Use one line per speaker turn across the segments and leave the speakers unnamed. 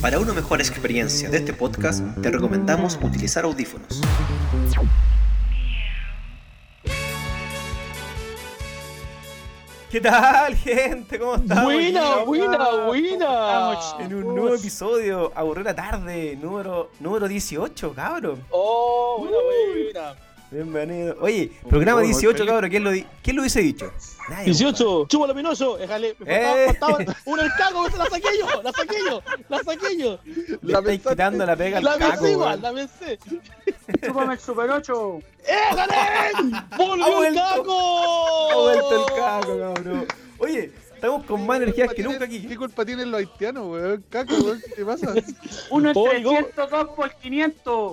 Para una mejor experiencia de este podcast, te recomendamos utilizar audífonos.
¿Qué tal, gente? ¿Cómo están?
Buena, buena, buena.
En un nuevo episodio, Aburrera Tarde, número, número 18, cabrón.
Oh, buena, buena.
Bienvenido. Oye, programa
Uy, muy
18,
feliz.
cabrón. ¿Quién lo, di- quién lo hubiese dicho? Nadie, compadre.
18, chupa lo pinoso, déjale, me faltaba,
Eh.
faltaba una del caco, esa la saqué yo, la saqué yo, la saqué yo.
Le estáis
pensaste.
quitando la pega al
La
caco,
pensé igual,
weón.
la pensé.
Chúpame el Super 8.
¡Déjale! ¡Volvió el
vuelto.
caco!
Ha vuelto el caco, cabrón. Oye, estamos con más energías que
tienen-
nunca aquí.
¿Qué culpa tienen los haitianos, weón? Caco, weón, ¿qué te pasa?
Uno
Este,
en
Oigo.
302 por 500.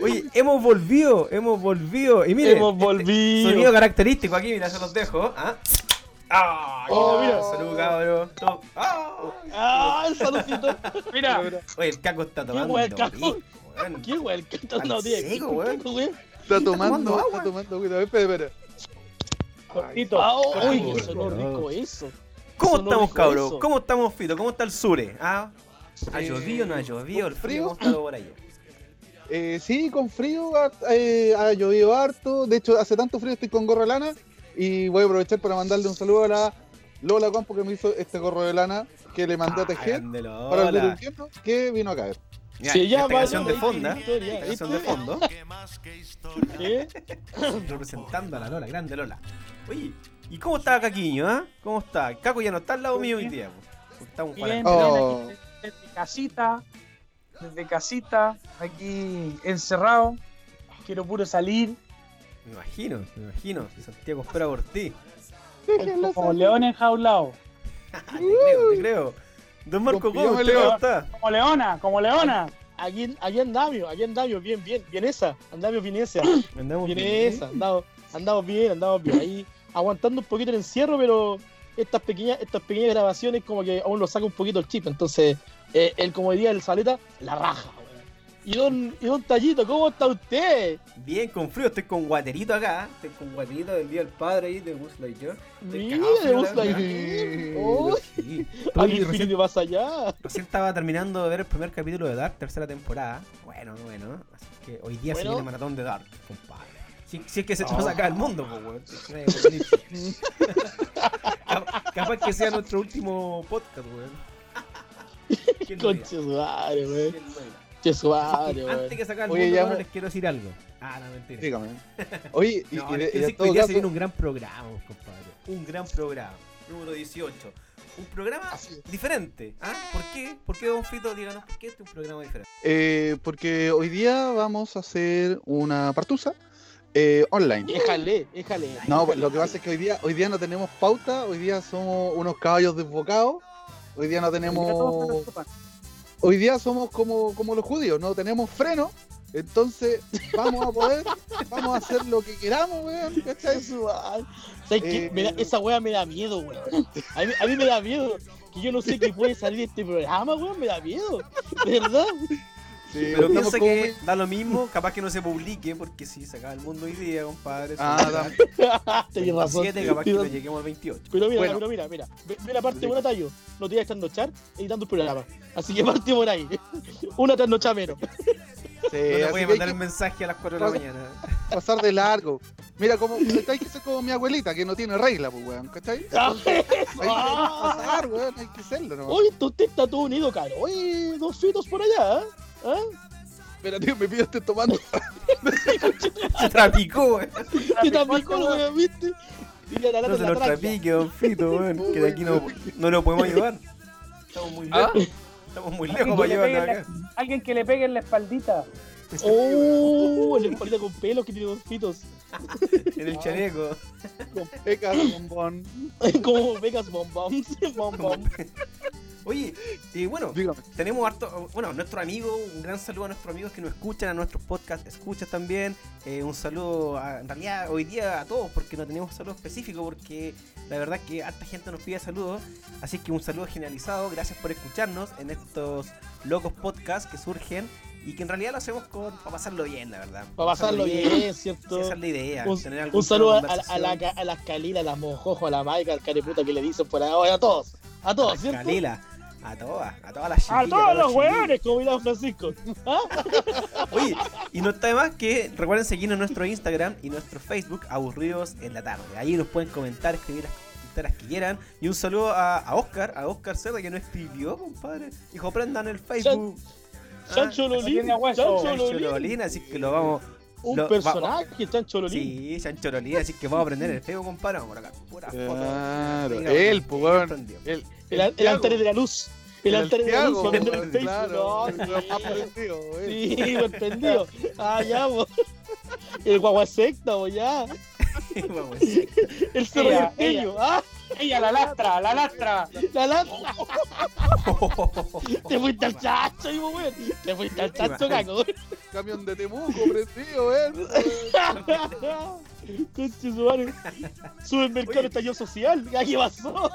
Oye, hemos volvido, hemos volvido. Y miren,
Hemos
este
volvido.
sonido característico aquí, mira, se los dejo. ¿Ah? ¡Ah!
Oh,
mira.
mira.
Salud, cabrón. Todo- ¡Ah!
¡Ah, el saludcito!
Mira,
Oye, el caco está tomando.
weón, el caco?
pico, weón.
¡Qué weón, que está
Al
dando
seco, weón.
Está
tomando
tomando,
agua.
está tomando, cuidado. Espera, espera.
cortito.
Ah, uy,
Ay,
que sonó
weón.
rico eso.
¿Cómo
Eso no
estamos,
dijo
cabrón?
eso.
¿Cómo estamos, Fito? ¿Cómo está el sure? ¿Ah? ¿Ha
Eh,
llovido o no ha llovido? ¿El frío?
frío.
¿Cómo está todo por allá?
Eh, sí, con frío, hart- eh, ha llovido harto. De hecho, hace tanto frío estoy con gorro de lana. Y voy a aprovechar para mandarle un saludo a la Lola Campo que me hizo este gorro de lana que le mandé a
Ah,
tejer
grande la
para el
ola.
tiempo que vino a caer.
Mira,
Se
esta
llama-
canción de
no,
fondo, ¿eh?
historia,
Esta canción de
historia.
fondo.
¿Qué?
Representando a la Lola, grande Lola. Oye, ¿y cómo está Caquiño, ah? ¿Cómo está? Caco ya no está al lado mío hoy día, po. Está un
bien, bien,
cuarentena.
Oh.
aquí desde casita, desde casita, aquí encerrado. Quiero puro salir,
Me imagino, me imagino. Santiago espera por ti.
como león enjaulado.
Ah,
Uh.
te creo, te creo. Don Marco
Confío,
Gómez,
me
¿usted
leo.
¿cómo está?
Como leona, como leona.
Aquí, aquí andamio, aquí andamio, bien, bien, bien esa, andamio bien esa.
Andamos
Bien esa, andamos, andamos bien, andamos bien. Ahí aguantando un poquito el encierro, pero estas pequeñas, estas pequeñas grabaciones como que aún lo saca un poquito el chip. Entonces, eh, el como diría el saleta, la raja, weón. Y don, y don Tallito, ¿cómo está usted?
Bien, con frío, estoy con guaterito acá. ah. Estoy con guaterito del día del padre ahí de Buzz Lightyear. Estoy
Mira,
cagado,
le gusta
la verdad.
ahí. Oh,
Sí.
al
Oye, recién,
infinito más allá.
recién estaba terminando de ver el primer capítulo de Dark, tercera temporada. Bueno, bueno. Así que hoy día se
Bueno.
viene maratón de Dark, compadre. Si, si es que se nos
Oh.
saca el mundo, pues, weón. Si es que no hay apocalipsis. Cap- Capaz que sea nuestro último podcast, weón. ¿Quién lo diría?
Conche su madre, weón.
¿Quién lo diría?
Conche su madre, weón.
Antes que sacar el
Oye,
mundo,
ya
bueno,
me-
les quiero decir algo. Ah, no, mentira.
Dígame. Oye, y,
No,
y
les
de-
quiero decir
y en
que hoy
todo
día se
caso,
viene un gran programa, compadre. Un gran programa. Número 18. Un programa
Así
diferente. ¿Ah? ¿Por qué? ¿Por qué, Don Fito? Díganos, ¿por qué este es un programa diferente?
eh, porque hoy día vamos a hacer una partusa eh, online.
Éjale, éjale.
No, pues, lo que pasa es que hoy día, hoy día no tenemos pauta, hoy día somos unos caballos desbocados, hoy día no
Mira, todos se
tenemos.
nos topan.
Hoy día somos como, como los judíos, no tenemos freno, entonces vamos a poder, vamos a hacer lo que queramos, weón, ¿cachai?
Conche su madre. ¿Sabes qué?
Eh,
Me da- esa weá me da miedo, weón. A mí, a mí me da miedo. Que yo no sé qué puede salir de este programa, weón. Me da miedo. ¿De ¿Verdad?
Sí,
Pero
estamos
piensa
como
que
muy-
da lo mismo, capaz que no se publique, porque si se acaba el mundo hoy día, compadre.
Ah, da-
Tenés razón.
7, capaz que
Tienes
no
razón.
lleguemos al 28.
Pero mira,
Bueno.
pero mira, mira. Ve, ve la parte buena, Tayo. No te iba echando char editando el programa. Así que parte por ahí. Una trasnocha menos.
sí,
No le voy
Eh, así que
a
hay
mandar
que
un mensaje a las 4 de la
Pasa-
mañana.
pasar de largo. Mira, como, hay que ser como mi abuelita, que no tiene regla, pues, weón, ¿cachai? Hay que pasar, weón, hay que serlo, ¿no?
Oye, tú te está todo unido, caro. Oye, dos fitos por allá, ¿eh? ¿Ah?
Espérate, me pido este tomando.
Se trapicó, weón.
Te tapicó, weón, ¿viste? Y ya la lata
No
en
se
la
nos
tráquea.
trapique, Don Fito, weón. Que de aquí no, no lo podemos ayudar. Estamos muy
¿Ah?
lejos. Estamos muy lejos para
Alguien
llevarlo
que le pegue en la-
acá.
Alguien que le pegue en la espaldita.
Oh, la espalda con pelos que tiene dos fitos.
En
Ah.
el chaleco.
Con pecas, bombón.
Como Vegas Bomb Bombs. Bomb Bomb.
Oye, y bueno,
Dígame.
tenemos harto. Bueno, nuestro amigo, un gran saludo a nuestros amigos que nos escuchan, a nuestros podcasts, escuchas también. eh, un saludo, a- en realidad, hoy día a todos, porque no tenemos saludo específico, porque la verdad que harta gente nos pide saludos. Así que un saludo generalizado, gracias por escucharnos en estos locos podcasts que surgen y que en realidad lo hacemos con, para pasarlo bien, la verdad.
Para pasarlo bien, ¿cierto?
Sí, esa es la idea.
Un,
tener algún
un saludo a,
tipo de
a, a la,
conversación.
ca- a las Calinas, a las Mojojo, a la Maica, al careputa que le dicen por ahora a todos. A todos, ¿cierto?
Canela. A todas, a todas las
¡A
chiquillas,
todos los
chiquillos.
hueones!
Como miraba Francisco.
Oye, y no está de más que recuerden seguirnos en nuestro Instagram y nuestro Facebook, Aburridos en la Tarde. Ahí nos pueden comentar, escribir las tonteras que quieran. Y un saludo a, a Oscar, a Oscar Cerda, que no escribió, compadre. Dijo, prendan el Facebook. Ah,
Chancho Lolín.
tiene a hueso.
Chancho
Chancho
Lolín.
Lolín, así que lo vamos.
Un
lo- va-
personaje, Chancho
va-
Lolín.
Sí, Chancho Lolín, así que vamos a prender el Facebook, compadre. Vamos a acá, pura
Eh.
foto.
Claro,
Mira,
él, pues, weón.
prendió.
El,
El, el,
Tiago.
altar de la luz. El, altar de la luz.
Tiago,
va a vender
weón,
en Facebook. No,
claro, el weón más
sí.
prendido, weón.
Sí, me entendido. Ah, ya, bo. El guaguasecta, bo, ya.
Vamos, sí.
El cerro
Ella,
Norteño. Ah,
¡Ella, la lastra! ¡La lastra!
la lanza. Te fuiste al chacho, hijo, weón. Te fuiste al chacho, caco.
Camión de Temuco prendido, weón.
Conche su madre. Supermercado estallido social. ¿A ¿Qué pasó?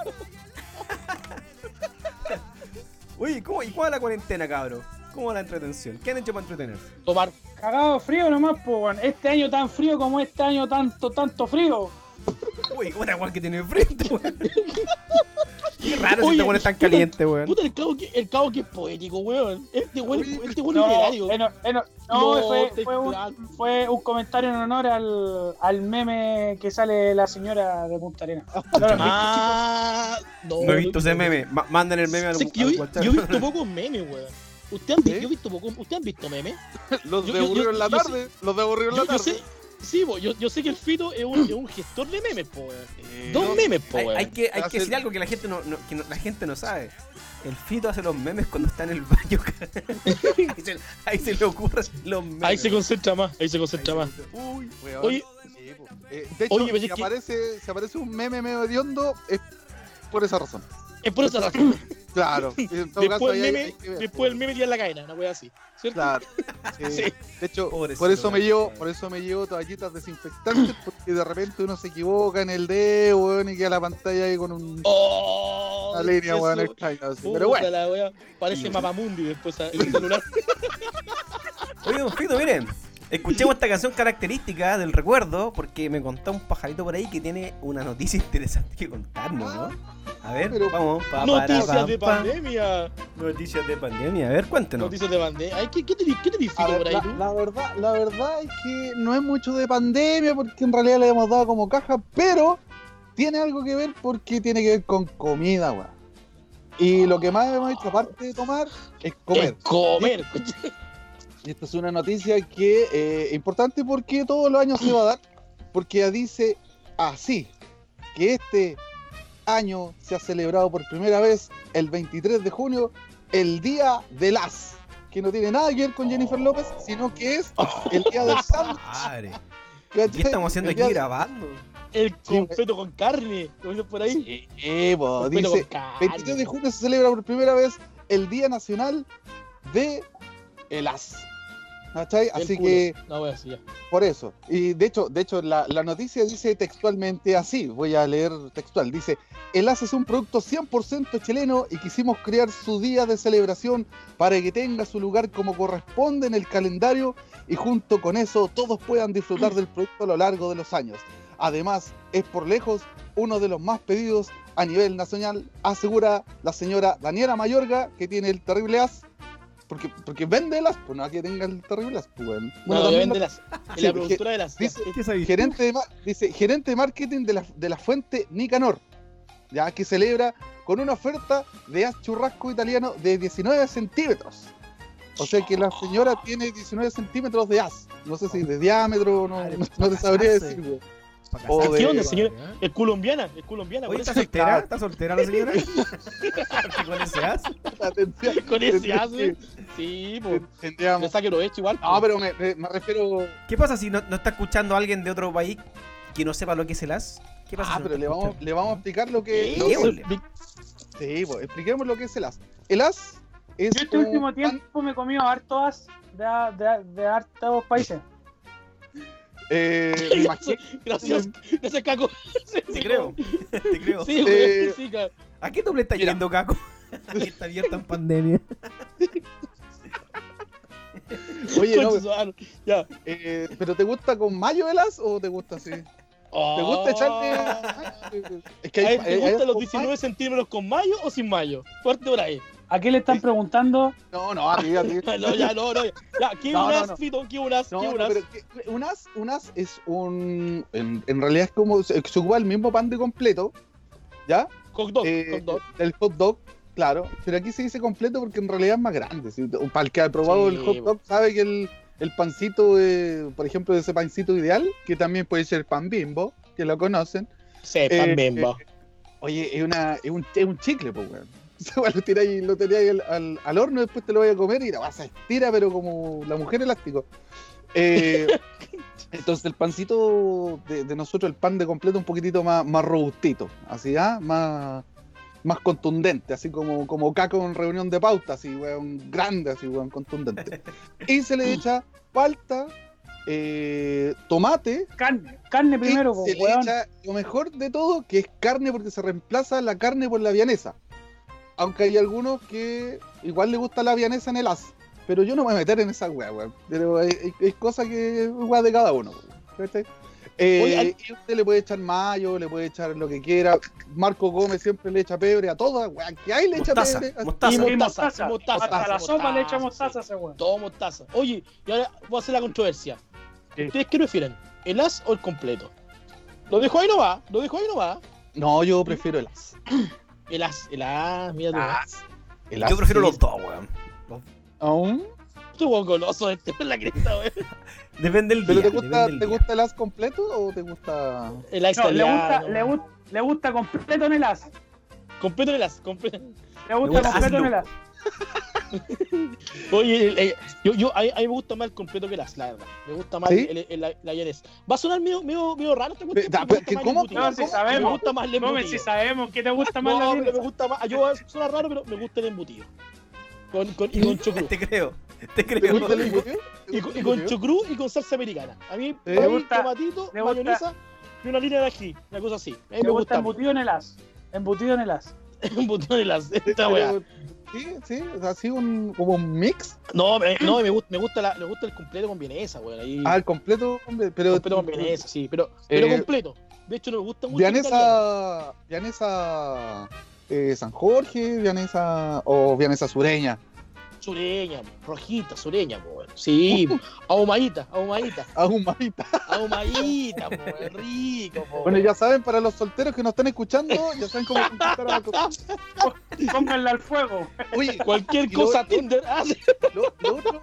Oye, ¿cómo, ¿y cuál es la cuarentena, cabro? ¿Cómo va la entretención? ¿Qué han hecho para entretenerse?
Tomar.
Cagado frío nomás, po, weón. Este año tan frío como este año tanto, tanto frío.
Uy, una weón que tiene enfrente, weón. Qué raro si
Oye,
te pones tan caliente, weón.
Puta, el cabo que, el cabo que es poético, weón. Este weón es po- este weón es
No,
literario.
eh, no, eh, no.
No,
No, fue,
te
fue
creas.
un, fue un comentario en honor al, al meme que sale la señora de Punta Arena. No, no,
Ah, no.
No he visto ese meme. Ma- manden el meme al,
Sí, que yo,
al
vi-
WhatsApp.
yo he visto pocos memes, weón. ¿Ustedes han, vi-
¿Sí?
yo he visto poco- ¿Ustedes han visto memes?
Los
Yo-
de
yo-
aburrido
yo-
en la
yo
tarde. Los de aburrido en
Yo,
la
yo sé,
tarde.
sí, bo, yo, yo sé que el Fito es un, es un gestor de memes, po, weón.
Eh,
Dos
no,
memes, po,
hay,
weón.
hay que, hay que
Hace-
decir algo que la gente no, no- que no- la gente no sabe. El Fito hace los memes cuando está en el baño. ahí, se, ahí se le ocurren los memes.
Ahí se concentra más, ahí se concentra más.
Uy, weón.
Oye,
Sí, po. Eh, de hecho,
Oye, pero
si,
es que-
aparece, si aparece un meme medio hediondo, es por esa razón.
es por esa razón.
Claro. y en todo caso,
Después
ahí
el
hay-
meme,
hay que ver, po.
después el meme tira la cadena, una weá así. ¿Cierto?
Claro. Sí.
Sí.
De hecho,
Pobrecito,
por eso me
weón.
llevo, por eso me llevo toallitas desinfectantes, porque de repente uno se equivoca en el dedo, weón, y queda la pantalla ahí con un-
Oh,
una línea,
eso.
weón, extraña. así.
Puta
Pero bueno,
la weá. Parece Mapamundi después ah, el celular.
Oye, don Fito, miren. Escuchemos esta canción característica del recuerdo porque me contó un pajarito por ahí que tiene una noticia interesante que contarnos, ¿no? A ver,
Pero-
vamos. pa, para,
Noticias
pam,
de
pam.
pandemia.
Noticias de pandemia. A ver, cuéntenos.
Noticias de pandemia. Ay, ¿Qué, qué te, di- qué te di Fito
a ver,
por ahí,
la,
tú?
la verdad, la verdad es que no es mucho de pandemia, porque en realidad le hemos dado como caja, pero tiene algo que ver porque tiene que ver con comida, weón. Y lo que más hemos hecho, aparte de tomar, es comer.
Es comer.
Y Esta es una noticia que eh, importante porque todos los años se va a dar, porque ya dice así, que este año se ha celebrado por primera vez el 23 de junio el Día de las, que no tiene nada que ver con Jennifer López, sino que es el Día del Sándwich.
Madre.
¿cachai?
¿Qué estamos haciendo
El
aquí
día-
grabando?
El
Sí,
completo con carne. ¿Lo viste por ahí?
Sí, po,
Completo
dice,
con carne.
23 de junio se celebra por primera vez el Día Nacional de el As. ¿cachai?
El
Así
culo.
que...
No, voy así ya.
Por eso. Y de hecho, de hecho la, la noticia dice textualmente así, voy a leer textual, dice, el AS es un producto 100% chileno y quisimos crear su día de celebración para que tenga su lugar como corresponde en el calendario y junto con eso todos puedan disfrutar del producto a lo largo de los años. Además, es por lejos uno de los más pedidos a nivel nacional, asegura la señora Daniela Mayorga, que tiene el terrible as, porque, porque vende el as, pues no que tenga el terrible as, pues, bueno. Bueno,
no,
también
obviamente las, en la
Sí,
productora de las.
dice-
las-
¿Qué sabéis?
gerente de, ma- dice, gerente de marketing de la, de la fuente Nicanor, ya que celebra con una oferta de haz churrasco italiano de 19 centímetros. O sea que la señora tiene 19 centímetros de as. No sé si de diámetro, no,
Madre,
no,
pues,
no te sabría
casarse.
decir. güey.
O
¿Qué
de-
onda,
señor? Es colombiana, es colombiana.
Oye,
por
¿está
eso-
soltera? ¿Está soltera la señora? ¿Qué con ese as?
Atención.
con ese hace. Sí, pues.
Tendríamos-
Le saque lo hecho igual.
No,
po.
pero me, me- me refiero.
¿Qué pasa si no, no está escuchando a alguien de otro país que no sepa lo que es el as? ¿Qué pasa?
Ah,
si no
pero
está
le vamos,
escuchando?
le vamos a explicar lo que.
Sí, pues.
lo-
Diego,
eso-
le-
Vic-
sí, pues, expliquemos lo que es el as. El as es.
Yo este
un
último
pan-
tiempo me he comido hartos de, de, de hartos países.
eh, me imagino-
Gracias, gracias, Caco. Sí,
Te creo, te creo.
Sí,
Eh,
güey, sí, Caco.
¿A qué tú le estás
Mira.
yendo, Caco? Aquí está abierta en pandemia.
Oye, no,
Concha su madre. Ya.
Eh, ¿Pero te gusta con mayo el as o te gusta así? ¿Te gusta echarle? Es que
¿A él Oh. te
hay- hay-
gustan los 19 centímetros con mayo o sin mayo? Fuerte por ahí.
¿A qué le están preguntando?
No, no, a ti, a ti.
No, ya, no, no. Ya, Ya, ¿qué
No, no,
unas,
no.
Fito? ¿Qué unas?
No,
¿Qué
no,
unas?
pero que- un as, un as es un. En, en realidad es como. Se se ocupa el mismo pan de completo, ¿ya?
Hot dog,
Eh,
hot dog.
El hot dog, claro. Pero aquí se dice completo porque en realidad es más grande. ¿sí? O Para el que ha probado
Sí,
el hot
po.
dog, sabe que el, el pancito, eh, por ejemplo, ese pancito ideal, que también puede ser pan bimbo, que lo conocen.
Sepan,
eh,
bemba.
Oye, es, una, es, un, es un chicle, pues, weón. O sea, lo tiráis, lo tiráis al, al, al horno, después te lo vas a comer y la vas a estirar, pero como la mujer elástico. Eh, entonces, el pancito de, de nosotros, el pan de completo, un poquitito más, más robustito, así, ¿ah? Más, más contundente, así como, como caco en reunión de pauta, así, weón, grande, así, weón, contundente. Y se le echa palta, eh, tomate,
Carne, carne
y
primero, po,
se le
weón.
echa lo mejor de todo, que es carne, porque se reemplaza la carne por la vianesa. Aunque hay algunos que igual le gusta la vianesa en el as. Pero yo no me voy a meter en esa weá, weón. Pero es, es- es cosa que es weá de cada uno. ¿cachai? Eh,
Oye, al-
y usted le puede echar mayo, le puede echar lo que quiera. Marco Gómez siempre le echa pebre a todas, weá. Que hay le echa
Mostaza,
pebre.
Y
mostaza.
mo-
mostaza,
mostaza.
y mostaza.
Hasta la
mostaza,
sopa le echa
sí.
mostaza a ese weón.
Todo mostaza. Oye, y ahora voy a hacer la controversia.
Sí.
¿Ustedes qué prefieren? ¿El as o el completo? Lo dejo ahí no va, lo dejo ahí no va.
No, yo prefiero el as.
El as, el as, mira tú.
El as,
Yo prefiero
sí.
los dos, weón.
Aún.
Tú vos goloso este en la cresta, weón.
Depende del
¿Pero
día.
te gusta,
depende del
te
día.
gusta el as completo o te gusta.?
El as
No, le gusta,
italiano.
le, gusta, le gusta completo en el as.
Completo el as, completo.
Le
gusta
gusta completo en el as.
Oye, el- el- yo, yo, a, mí, a mí me gusta más el completo que el as, la verdad. Me gusta más
¿Sí? Eh,
el, el- el- la, la vienesa. Va a sonar medio, medio, medio raro este cuestión,
Da,
pero me
pero
gusta más el
que ¿cómo-
embutido.
No, si
¿Cómo?
Me
sabemos.
gusta más el
No,
embutido.
si sabemos que te gusta más
No,
la
pero me
vienesa.
gusta más. Yo eh, suena raro, pero me gusta el embutido. Con, con, y con choclo.
Te creo, te
¿Te
creo.
gusta el embutido? ¿Te
y, con-
gusta el
y con
embutido?
chucrú y con salsa americana. A mí,
Eh,
para
me
mí,
gusta-
tomatito,
me gusta-
mayonesa y una línea de ají. Una cosa así. A mí
Le
me
gusta
gusta. mucho.
embutido en el as. Embutido en el as.
Un botón de las. Esta weá.
Pero, Sí, sí, así un, como un mix
No, me, no me, gusta, me, gusta la, me gusta el completo con vienesa, weón. Ahí,
al completo. hombre, Pero,
completo con vienesa, sí. Pero, pero
Ah, Eh,
completo. De hecho, no me gusta mucho. el italiano.
Vianesa, Vianesa eh, San Jorge, Vianesa o Vianesa Sureña.
Sureña, po, rojita, sureña, po, weón. Sí, po. ahumadita, ahumadita,
Ahumadita.
ahumadita, po, weón. rico, po,
Bueno,
weón.
ya saben, para los solteros que nos están escuchando, ya saben cómo conquistar a la co-
Pónganla al fuego.
Oye,
Ah, Cualquier
Y lo-
cosa Tinder ah, hace.
lo, lo otro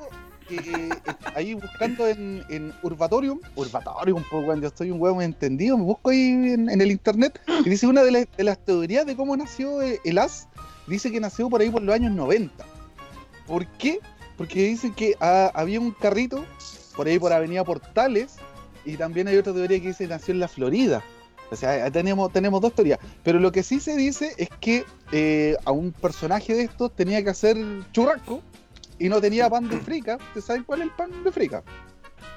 que eh, ahí buscando en, en Urbatorium, Urbatorium, pues weón, yo soy un huevo entendido, me busco ahí en, en el internet y dice una de, las- de las teorías de cómo nació eh, el as, dice que nació por ahí por los años 90. ¿Por qué? Porque dicen que ah, había un carrito por ahí por Avenida Portales y también hay otra teoría que dice que nació en la Florida. O sea, ahí tenemos, tenemos dos teorías. Pero lo que sí se dice es que eh, a un personaje de estos tenía que hacer churrasco y no tenía pan de frica. ¿Ustedes saben cuál es el pan de frica?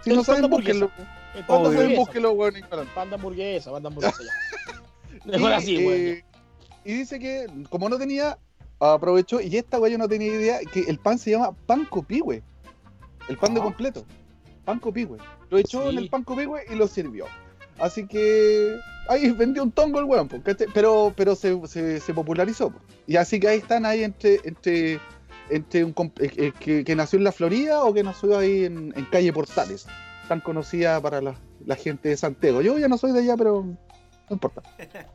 Si
El
no
pan de
saben,
hamburguesa.
búsquenlo.
El pan de
Cuando saben,
hamburguesa,
búsquenlo, Oh, weón, ignorante.
pan de hamburguesa, pan de hamburguesa, ya. Mejor
Y,
así, weón.
eh, y dice que, como no tenía, aprovechó. Y esta weón yo no tenía idea que el pan se llama pan copihue. El pan de
Ah.
completo. Pan copihue. Lo echó en
Sí.
el pan copihue y lo sirvió. Así que. Ahí vendió un tongo el weón, po, ¿cachai? pero, pero se, se- se popularizó. po. Y así que ahí están ahí entre. entre entre un comp- eh, eh, que, que nació en la Florida o que nació ahí en, en calle Portales, tan conocida para la, la gente de Santiago. Yo ya no soy de allá, pero no importa.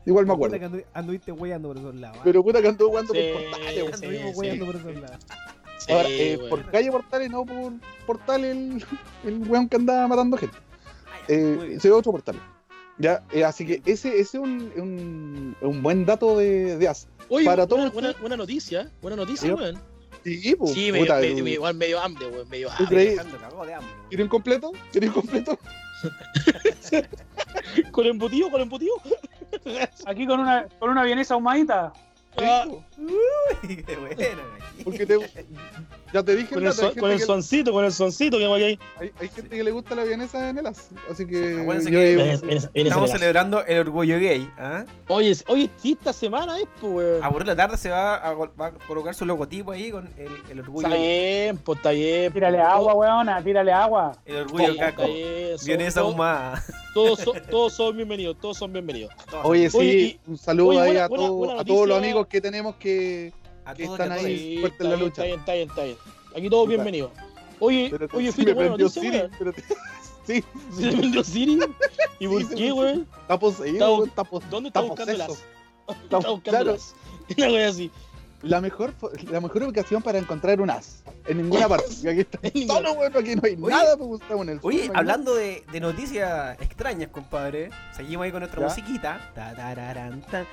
Igual me acuerdo.
Puta que andu- anduviste weyando por esos lados. ah.
Pero puta que anduvo jugando
Sí,
por portales. weón.
Anduvimos
sí,
weyando por esos lados.
sí,
Ahora, eh,
weón.
por calle portales, no por portal el, el weón que andaba matando gente.
Muy
Eh,
bien.
se ve otro portal. Ya, eh, así que ese ese es un, un, un buen dato de, de As.
Oye,
para
buena,
todos-
buena, buena noticia, buena noticia,
Sí.
weón.
Sí, pues,
Sí, medio,
puta,
medio,
eh,
igual medio hambre, weón, medio
¿tú
hambre.
crees-
Alejandro, cagó de hambre.
¿Quiere un completo? ¿Quiere un completo?
¿Con el embutido, con el embutido?
Aquí con una, con una vienesa ahumadita.
Ah.
rico.
Uy, qué buena, Maquita.
Porque te, ya te dije,
Con el,
Nata, hay,
son-
gente
con el
que,
soncito, con el soncito que hay ahí.
hay, hay gente que le gusta la vienesa en el as. Así que.
Acuérdense
yo-
que-
Ven- ven- ven esa
Estamos
pelea.
celebrando el orgullo gay. ¿ah?
Oye, es- oye, sí, esta semana es, pues, weón.
A por la tarde se va a, col- va a colocar su logotipo ahí con el, el orgullo.
Está bien, pues, está bien.
Tírale agua, weona, tírale agua.
El orgullo
Todo-
caco.
está bien, son-
Viene esa
todo-
humada.
Todos, son- todos son bienvenidos, todos son bienvenidos.
Oye, sí,
Oye,
un saludo
oye,
ahí
buena-
a,
buena-
todo-
buena
a todos los
noticia.
amigos que tenemos que.
A
que
todos
están
a todos.
ahí.
Sí,
fuerte
está,
la
bien, está
lucha.
bien, está bien, está bien. Aquí todos
Puta.
bienvenidos. Oye,
Pero
oye,
sí
Fito,
me
buena
prendió
noticia,
Siri.
weón.
pero- Sí,
¿Se le vendió Siri? ¿Y por
se
qué,
vendió.
weón?
está
Está
poseído,
bu-
weón, está poseído.
¿Dónde está
Estamos
buscando el as?
sexo.
Está buscando el
claro.
as. Una wea así.
La mejor, fo- la mejor ubicación para encontrar un as. En ninguna parte. Y Aquí está.
En ninguna-
Solo, bueno, aquí no hay
Oye,
nada, pues estamos en el sur,
Oye,
no hay
hablando de, de noticias extrañas, compadre. Seguimos ahí con nuestra
¿Ya?
musiquita. Ta, tararán, tan.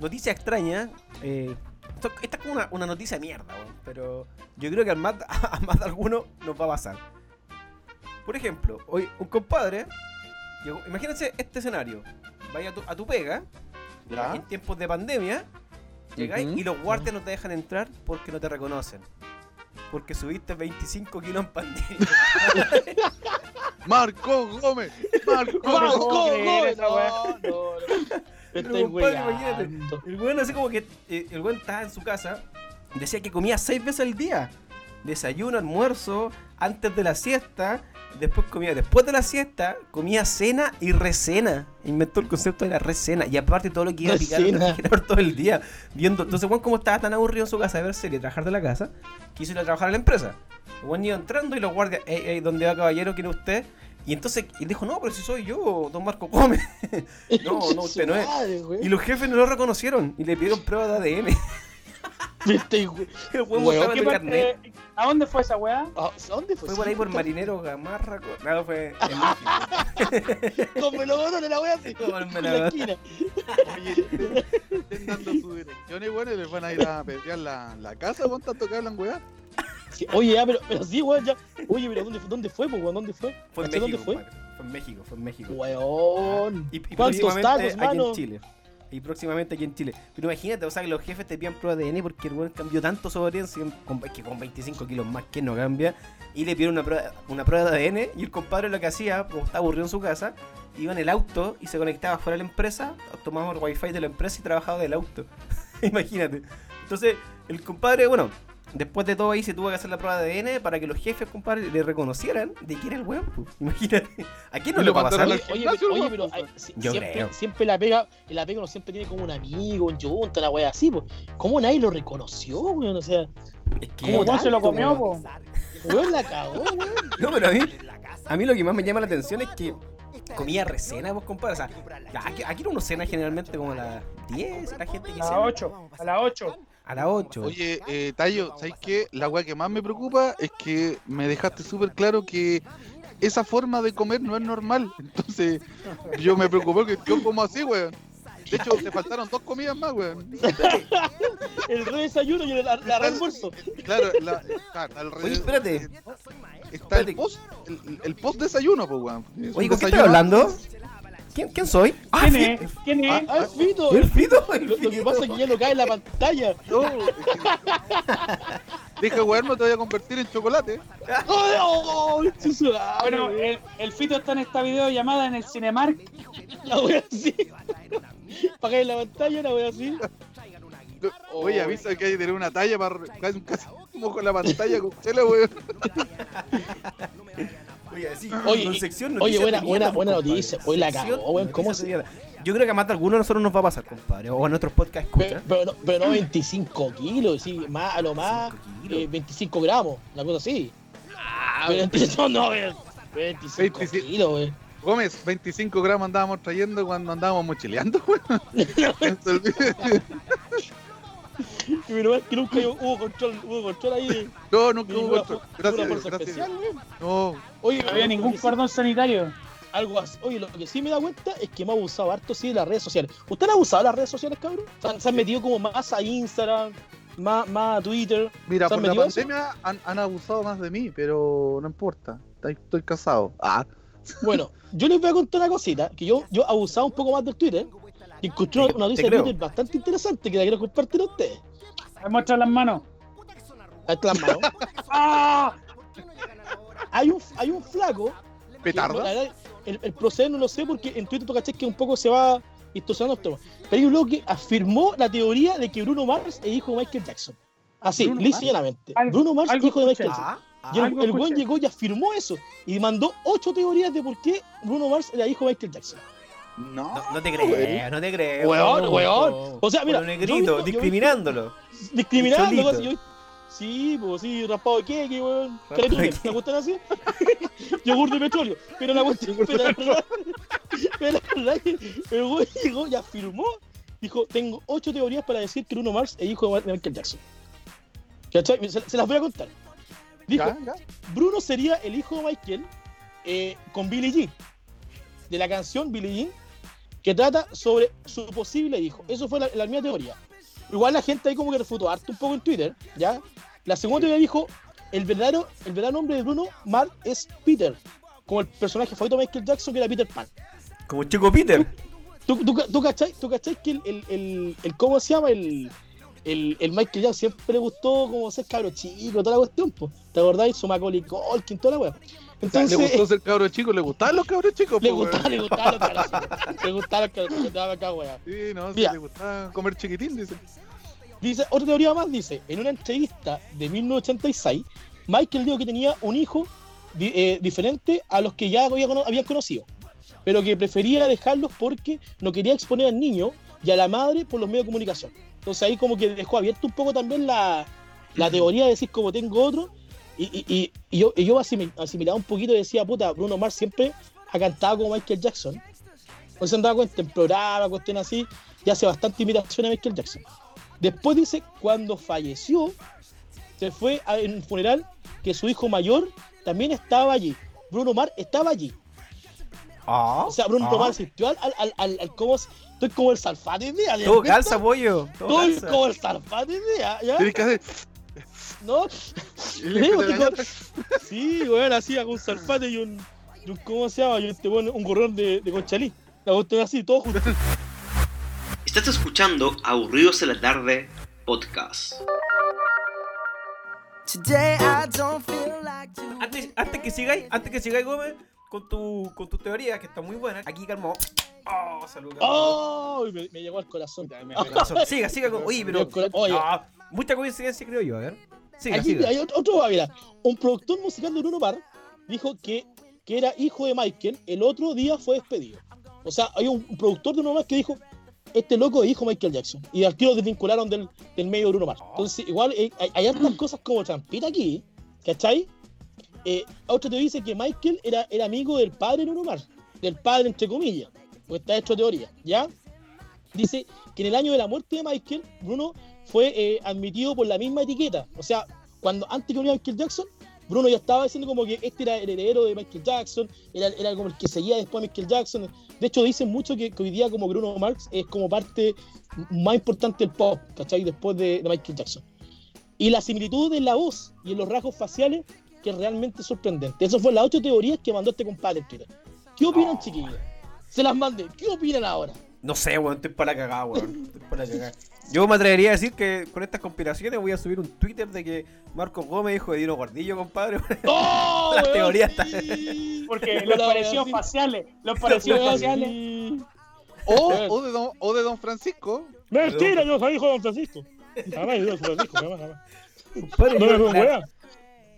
Noticia extraña. eh, esto- esta es como una, una noticia de mierda, weón, pero yo creo que al más, a más de alguno nos va a pasar. Por ejemplo, hoy un compadre. llegó- imagínense este escenario. Vaya a tu, a tu pega,
nada.
en tiempos de pandemia, llegáis
Ujú.
y los guardias no te dejan entrar porque no te reconocen. Porque subiste 25 kilos en pandemia.
Marco Gómez. Marco
Marco
Gómez.
puedo creer
gol!
esa
No, no, no. Me
Pero,
estáis
compadre,
weando.
El weón así como que eh, el weón estaba en su casa, decía que comía seis veces al día. Desayuno, almuerzo, antes de la siesta, después comía después de la siesta, comía cena y recena. Inventó el concepto de la recena. Y aparte todo lo que iba a picar en el
Recena.
refrigerador todo el día. Viendo. Entonces, weón, como estaba tan aburrido en su casa de ver serie y trabajar de la casa, quiso ir a trabajar a la empresa. El weón iba entrando y los guardias, ey, ey, ¿dónde va caballero? ¿Quién es usted? Y entonces, y dijo, no, pero si soy yo, don Marco Gómez. No, no, usted no es.
Madre, weón.
Y los jefes no lo reconocieron y le pidieron prueba de ADN.
Me estáis we-
El huevo
Weón,
estaba en
¿Qué
el
parte-
carnet.
¿A dónde fue esa weá?
Ah, ¿Dónde fue?
Fue por ahí por Marinero Gamarra. co- No, fue en México.
Con melocotones la wea así.
Con
en la
melocotones.
esquina.
Oye, estén dando sus direcciones, bueno, y les van a ir a pelear la, la casa, ¿cuánto tanto que hablan, weá?
Sí, Oye, ya, pero, pero sí, weón, ya. Oye, pero ¿dónde, fue- dónde fue, po, weón? ¿Dónde fue?
Fue en
¿Cachai
México.
dónde fue?
compadre. Fue en México, fue en México.
Weón.
Y, y
¿Cuántos
próximamente
tacos,
aquí
mano?
en Chile. Y próximamente aquí en Chile. Pero imagínate, o sea, que los jefes te piden prueba de ADN porque el weón cambió tanto su ADN, si- con- es que con 25 kilos más que no cambia. Y le pidieron una prueba, una prueba de ADN. Y el compadre lo que hacía, como estaba aburrido en su casa, iba en el auto y se conectaba fuera de la empresa, tomaba el wifi de la empresa y trabajaba del auto. imagínate. Entonces, el compadre, bueno, después de todo ahí se tuvo que hacer la prueba de ADN para que los jefes, compadre, le reconocieran de quién era el weón. pues. Imagínate. ¿A quién no
Y
le
lo
va a pasar?
mandaron
Oye,
al
oye,
gimnasio,
pero, oye,
nomás,
pero
po,
ay,
weón.
si-
pues, Yo
siempre,
creo.
siempre la pega, la pega uno siempre tiene como un amigo, un yunta, una wea así, po. ¿Cómo nadie lo reconoció, weón? O sea,
Es que-
¿Cómo
¿Cómo se lo
tanto,
comió, po?
weón la cagó, weón.
No, pero a mí, a mí lo que más me llama la atención es que comía recena, vos compadre. O sea, la- aquí, aquí uno cena generalmente como a las 10, la gente que
A las
cena
8, a las 8.
a las 8.
Oye, eh, Tayo, ¿sabes qué? La weá que más me preocupa es que me dejaste súper claro que esa forma de comer no es normal. Entonces, yo me preocupé que yo como así, weón. De hecho, te faltaron dos comidas más, weón.
El re desayuno y el, la, la reembolso.
Claro, la, está alrededor-
Oye, espérate.
Está
Espérate.
el post, el, el post desayuno, pues, weón.
Oye,
Es un
¿con qué
desayuno.
estoy hablando? ¿Quién, quién soy? Ah,
¿Quién
Fito.
es? ¿Quién es?
Ah, Fito,
¿El Fito? El
lo, lo que
Fito.
pasa es que ya no cae en la pantalla.
No. Dije, weón, no te voy a convertir en chocolate.
¡Oh, oh, su suave,
Bueno, eh,
weón.
el, el Fito está en esta videollamada en el Cinemark.
La wea así. Para caer en la pantalla, la wea así.
No, Oye, avisa que hay que tener una talla para casi, casi como con la pantalla con chela, weón.
Oye, sí,
Oye,
con sección
oye, buena-
noticias de
buena-
mierda,
buena
compadre.
noticia. Hoy la
Sección
cagó, weón, ¿cómo
noticias
se-
de mierda. Yo creo que a más de alguno de nosotros nos va a pasar, compadre. O a nuestros podcast
Pe-
escucha.
Pero, no- pero no 25 kilos, sí, más, a lo más eh, 25 gramos, una cosa así.
Ah,
Pero entonces, no, no, eh, 25
27.
kilos, weón.
Gómez, 25 gramos andábamos trayendo cuando andábamos mochileando, weón. No se olvide.
Pero es que nunca hubo control, hubo control ahí de,
No, nunca
de
hubo
ninguna
otro.
fu-
Gracias,
ninguna
Dios,
fuerza
gracias.
especial,
Dios.
weón.
No,
Oye,
No había ningún cordón sanitario.
algo así. Oye, lo que sí me da cuenta es que me ha abusado harto sí de las redes sociales. ¿Usted ha abusado de las redes sociales, cabrón? ¿Se han, se han metido como más a Instagram, más, más a Twitter?
mira,
¿Se han
por la
metido eso?
pandemia han, han abusado más de mí, pero no importa. Estoy, estoy casado. Ah,
Bueno, yo les voy a contar una cosita, que yo, yo abusaba un poco más del Twitter, Y encontré una- una
Te
noticia de
creo.
Twitter bastante interesante que la quiero compartir a ustedes.
Ahí muestra las manos.
Ahí está la mano.
¡Ah!
hay, un, hay un flaco. que,
Petarda.
la verdad, el, el proceder no lo sé porque en Twitter tú caché que un poco se va distorsionando el tema. Pero hay un loco que afirmó la teoría de que Bruno Mars es hijo de Michael Jackson. Así,
Bruno
lisa
Mars.
y llanamente.
Algo-
Bruno Mars es
algo
hijo de Michael
escuché.
Jackson.
Ah, ah,
Y el,
algo
el weón
escuché.
llegó y afirmó eso. Y mandó ocho teorías de por qué Bruno Mars era hijo de Michael Jackson.
No.
no, no te creo, no te creo.
Weón, weón. O sea,
Por
mira,
Un
yo he
negrito,
visto- yo he
discriminándolo.
Discriminando,
Solito.
cosas. Yo, sí, pues sí, raspado de queque, weón.
Raspado de
Caletines,
queque.
¿la gustan así? Yogur de petróleo. Pero la cuestión, pero la verdad, pero la verdad que el güey llegó y afirmó, dijo, tengo ocho teorías para decir que Bruno Mars es hijo de Michael Jackson. ¿Cachai? Se, se las voy a contar. Dijo,
Ya, ya.
Bruno sería el hijo de Michael eh, con Billie Jean, de la canción Billie Jean, que trata sobre su posible hijo. Eso fue la, la mía teoría. Igual la gente ahí como que refutó harto un poco en Twitter, ¿ya? La segunda teoría dijo, el verdadero, el verdadero nombre de Bruno Mars es Peter, como el personaje favorito de Michael Jackson que era Peter Pan.
Como Chico Peter.
¿Tú, tú, ca- tú cachai, tú cachai que el, el, el, el- ¿cómo se llama? El, el, el Michael Jackson siempre le gustó como ser cabro chico, toda la cuestión, po. ¿Te acordáis? Su Macaulay Culkin, toda la wea. Entonces,
le gustó ser cabro chico, le gustaban los cabros chicos.
le
po, weón.
gustaba, le gustaba los cabros chicos. Le gustaba los cabros chicos, estaba acá, wea.
Sí, no, sí,
Mira.
le gustaba comer chiquitín, dice.
Dice, otra teoría más dice, en una entrevista de 1986, Michael dijo que tenía un hijo di- eh, diferente a los que ya había, cono- habían conocido, pero que prefería dejarlos porque no quería exponer al niño y a la madre por los medios de comunicación. Entonces ahí como que dejó abierto un poco también la, la teoría de decir como tengo otro, y, y- y- y yo, y yo asimil- asimilaba un poquito y decía, puta, Bruno Mars siempre ha cantado como Michael Jackson. No se han dado cuenta, en este programa, cuestión así, y hace bastante imitación a Michael Jackson. Después dice, cuando falleció, se fue a- en un funeral que su hijo mayor también estaba allí. Bruno Mars estaba allí.
Ah,
O sea, Bruno
ah.
Mars asistió al, al, al, al- al- cómo se- Estoy como el salfate idea.
Todo calza, pollo. Todo
Estoy
calza.
como el salfate idea, ¿ya?
Tienes que hacer.
¿No?
y le
Digo,
metes la
tengo-
galleta.
Sí, weón, así con un salfate y un, y un- ¿Cómo se llama? Y un, este, weón, un gorrón de, de conchalí. La cuestión así, todo junto.
Estás escuchando Aburridos en la Tarde Podcast.
Today I don't feel like doing
Antes, antes que sigáis, antes que sigáis, Gómez, con tu, con tu teoría, que está muy buena. Aquí, calmo. Oh, saludos.
¡Oh! Me, me llegó al corazón.
Siga, siga. con- Oye, pero.
Oye.
Ah, mucha coincidencia, creo yo. A ver. Siga,
Aquí
siga.
hay otro, otro va, mira. Un productor musical de Bruno Mars dijo que, que era hijo de Michael, el otro día fue despedido. O sea, hay un, un productor de Bruno Mars que dijo, este loco es hijo de Michael Jackson. Y al tiro desvincularon del, del medio de Bruno Mars. Entonces, igual eh, hay, hay hartas cosas como trampita aquí, ¿cachai? Eh, otro te dice que Michael era, era amigo del padre de Bruno Mars. Del padre, entre comillas. Pues está hecho teoría, ¿ya? Dice que en el año de la muerte de Michael, Bruno fue eh, admitido por la misma etiqueta. O sea, cuando antes que unía a Michael Jackson, Bruno ya estaba diciendo como que este era el heredero de Michael Jackson, era, era como el que seguía después a Michael Jackson. De hecho, dicen mucho que, que hoy día como Bruno Marx es como parte más importante del pop, ¿cachai? Después de, de Michael Jackson. Y la similitud en la voz y en los rasgos faciales que es realmente sorprendente. Esas fueron las ocho teorías que mandó este compadre en Twitter. ¿Qué opinan, chiquillos? Se las mandé. ¿Qué opinan ahora?
No sé, weón, estoy para la cagada, weón. Estoy para la cagada. Yo me atrevería a decir que con estas conspiraciones voy a subir un Twitter de que Marco Gómez, hijo de Dino Gordillo, compadre.
¡Oh,
La
weón,
teoría
sí!
Porque
Hola,
los
weón,
parecidos
sí.
faciales, los
Weón,
parecidos faciales.
sí.
O, o, de don, o de Don Francisco.
Mentira, yo soy hijo de Don Francisco. Jamás, yo soy Francisco, jamás, jamás.
Compadre,
No me
yo-
fue weá.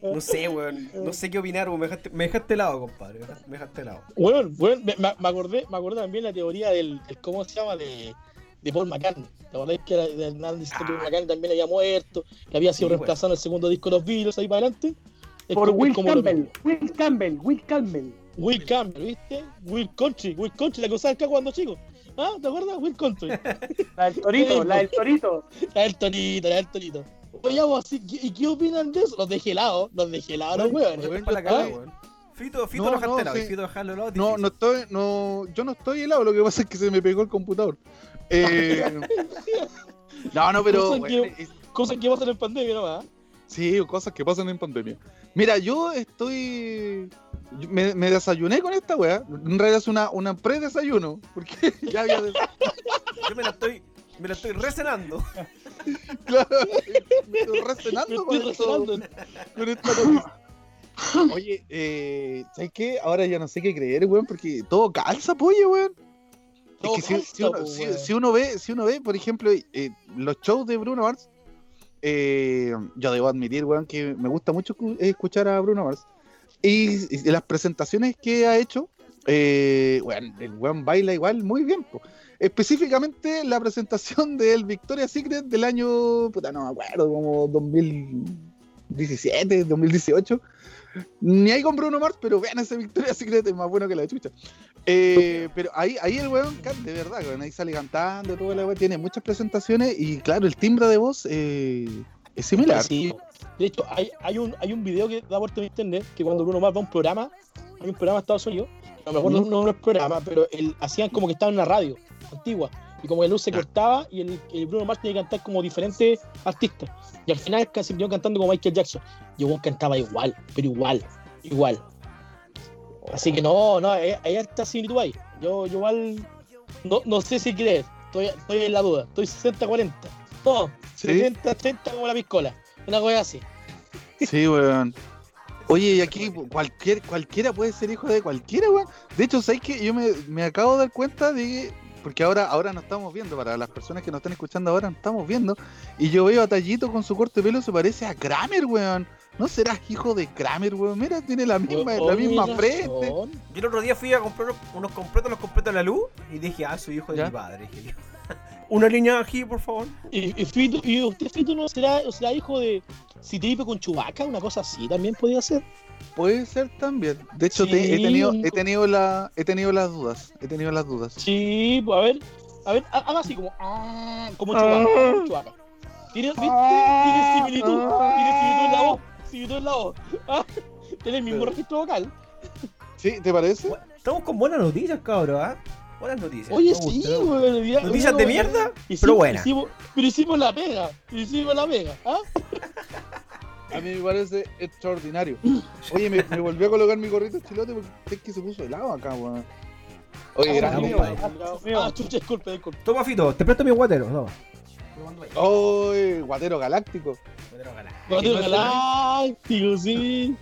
No sé, weón. No sé qué opinar, weón. Me dejaste, me dejaste helado, compadre. Me dejaste- Me dejaste helado.
Weón, weón, me, me- me acordé, me acordé también la teoría del, del- ¿cómo se llama? De, de Paul McCartney. ¿Te acordás que era de Hernández que Paul McCartney también había muerto? Que había sido
Sí,
reemplazado en el segundo disco de los Beatles ahí para adelante. Es
Por
como- es
Will
como lo
Campbell.
mismo.
Will Campbell, Will Campbell.
Will Campbell, ¿viste? Will Country, Will Country, la que usaba acá cuando chico. ¿Ah? ¿Te acuerdas? Will Country.
La del torito, la del torito.
La del tonito, la del tonito. Oye, vos, ¿y qué- ¿y qué opinan de eso? Los dejé helados, los dejé helados, los
Weón,
weones.
Me dejaste
weón, yo
para la cagada,
estoy-
weón. Fito, Fito
No,
lo dejaste
no,
helado. y
sí.
Fito dejarlo helado. es
No,
difícil.
no estoy, no, yo no estoy helado, lo que pasa es que se me pegó el computador. Eh, no, no, pero
Cosa que-
weón, es-
Cosas que pasan en pandemia nomás. ¿ah?
sí, cosas que pasan en pandemia. Mira, yo estoy. yo Me, me desayuné con esta weá. En realidad es una, una pre-desayuno. Porque ya había. des-
Yo me la estoy, me la estoy recenando.
Claro, me estoy
Me
recenando con
estoy
esto.
rezando.
con esta noticia. Oye, eh, ¿sabes qué? Ahora ya no sé qué creer, weón, porque todo calza, pollo, weón. Es
Todo
que si,
calza,
si uno,
po,
si-
weón.
si uno ve, si uno ve, por ejemplo, eh, los shows de Bruno Mars, eh, yo debo admitir, weón, que me gusta mucho escu- eh, escuchar a Bruno Mars. Y, y las presentaciones que ha hecho, eh, weón, el weón baila igual muy bien, po. Específicamente la presentación del Victoria's Secret del año, puta, no me acuerdo, como 2017, 2018. Ni hay con Bruno Mars, pero vean ese Victoria's Secret, es más bueno que la de chucha. Eh, pero ahí, ahí el weón, can- de verdad, weón, ahí sale cantando, todo la weón, tiene muchas presentaciones y claro, el timbre de voz eh, es similar.
Sí. De hecho, hay, hay, un, hay un video que da vuelta en internet que cuando Bruno Mars va a un programa, hay un programa de Estados Unidos, no me acuerdo el nombre del programa, pero el, hacían como que estaba en la radio antigua y como que la luz se cortaba y el, el Bruno Mars tenía que cantar como diferentes artistas. Y al final casi terminó cantando como Michael Jackson. Y el weón cantaba igual, pero igual, igual. Así que no, no, hay, hay harta similitud ahí. Yo, yo igual no, no sé si creer, estoy, estoy en la duda, estoy 60-40. No,
Sí.
70-30 como la piscola. Una cosa así.
Sí, weón. Oye, y aquí cualquier, cualquiera puede ser hijo de cualquiera, weón. De hecho, ¿sabes que Yo me, me acabo de dar cuenta de que, porque ahora, ahora no estamos viendo, para las personas que nos están escuchando ahora no estamos viendo, y yo veo a Tallito con su corte de pelo, se parece a Kramer, weón. ¿No serás hijo de Kramer, weón? Mira, tiene la misma, la
Oye,
misma
razón.
frente.
Yo el otro día fui a comprar unos completos, los completos de la luz, y dije, ah, soy hijo de
¿Ya?
mi padre. dije yo. Una línea aquí, por favor.
Y, y Fito- y usted, Fito, no será, o será hijo de Citripe con Chubaca, una cosa así también podría ser.
Puede ser también. De hecho, te- he
Sí,
tenido,
un-
he tenido la, he tenido las dudas. He tenido las dudas.
Sí, pues, a ver, a ver, ha- haga así como, ah, como Chubaca, como Chewbacca. Tiene, ¿viste?
Ah.
Tiene similitud, tiene similitud en la voz, similitud en la voz. Ah, tiene el mismo
Pero-
registro vocal.
¿Sí? ¿Te parece?
Estamos con buenas noticias, cabrón, ¿ah? Buenas noticias.
Oye,
Me
sí, pues,
gustó.
güey. hoy día-
¿Noticias
hoy
de
día-
mierda?
Hicimos-
Pero buena.
hicimos- pero hicimos la pega, hicimos la pega, ¿ah?
A mí me parece extraordinario. Oye, me, me volvió a colocar mi gorrito chilote porque es que se puso helado acá, weón. Oye,
Ah,
gracias.
mío,
mío,
compadre.
ah, mío. Ah, chucha, disculpe, disculpe.
Toma, Fito, te presto mi guatero, toma.
Oye, guatero galáctico.
Batero galáctico, sí.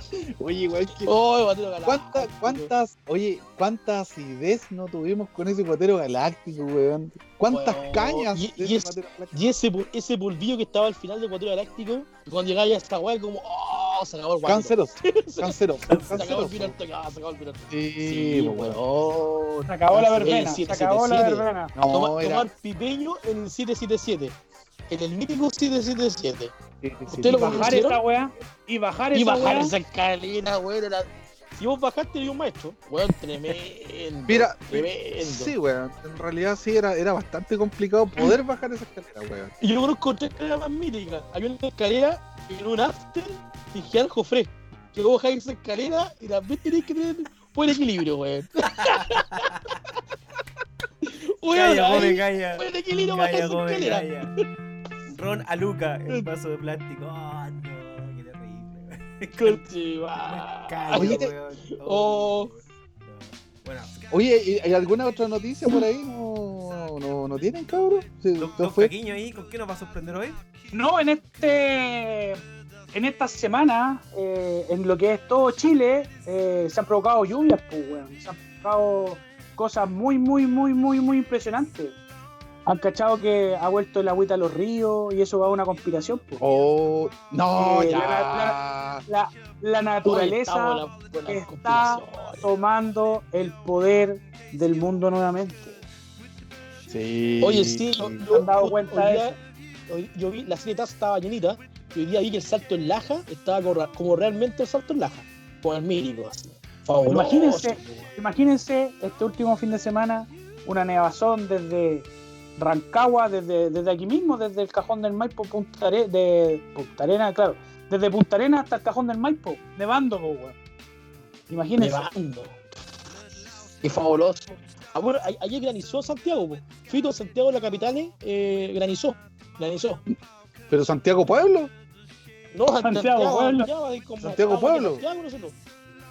Oye, igual que.
Oh, batero
¿Cuánta-
galáctico.
¿Cuántas, oye, cuántas acidez no tuvimos con ese guatero galáctico, weón? ¿Cuántas
Weón,
cañas
y-
de
y
ese
es-
guatero galáctico?
Y ese, pol- ese polvillo que estaba al final de Cuatro Galáctico, y cuando llegaba ya esta weá, como, oh, se acabó el guatero.
Cánceros, cánceros,
Se acabó el
cánceros.
final, se acabó se acabó el final.
Sí,
pues,
weón.
weón.
Se acabó la
El
verbena, se
777.
acabó la verbena.
No,
Toma-
era-
Tomar pipeño en el 777. En el mítico 777.
sí, sí, sí.
usted lo
Bajar-
Bajar esa weá y bajar
Y
esa
bajar
weá.
esa escalera, weón. era- Si vos bajaste, de un maestro. Weón, tremendo.
Mira,
tremendo.
Sí, weón. En realidad sí era, era bastante complicado poder bajar esa escalera, weón.
Y yo conozco tres escaleras más míticas. Hay una escalera en un after dije al Jofre. Que vos bajáis esa escalera y también tenés que tener buen equilibrio, weón. weón,
Calla,
ahí,
come, calla.
buen equilibrio bajar
Calla,
esa
come,
escalera.
calla. Ron a Luca, el vaso de plástico. Oh, no, qué terrible.
Conchivá.
Calla,
Oye,
weón.
Ah. oh.
No. Bueno,
Oye, ¿y ¿hay alguna otra noticia por ahí? No, no, no tienen, cabrón. Sí,
Don,
esto
don
fue-
Caquiño ahí, ¿con qué nos va a sorprender hoy?
No, en este. En esta semana, eh, en lo que es todo Chile, eh, se han provocado lluvias, pues, weón. Se han provocado cosas muy, muy, muy, muy, muy impresionantes. Han cachado que ha vuelto el agüita a los ríos y eso va a una conspiración, pues.
Oh, no,
Eh,
ya.
La, la naturaleza
Oye, estamos con la- con las
está
conspiraciones.
tomando el poder del mundo nuevamente.
Sí.
Oye, sí, yo, yo-
han dado
yo-
cuenta
hoy
de
día- hoy- yo vi, la serie Taz estaba llenita, y hoy día vi que el salto en Laja estaba como, como realmente el salto en Laja, con el mítico, así. Fabuloso.
Imagínense. Imagínense este último fin de semana una nevazón desde Rancagua, desde, desde aquí mismo, desde el cajón del Maipo, Punta, Are- de Punta Arena, claro, desde Punta Arena hasta el cajón del Maipo, nevando, po, weón. Imagínense.
Nevando. Qué fabuloso. Ah, bueno, a- ayer granizó Santiago, po. Fito, Santiago, la capital, eh, granizó. Granizó.
Pero Santiago Pueblo.
No, a
Santiago Pueblo.
ya va, y como-
Santiago
ah, bueno,
Pueblo.
Santiago, no sé, no.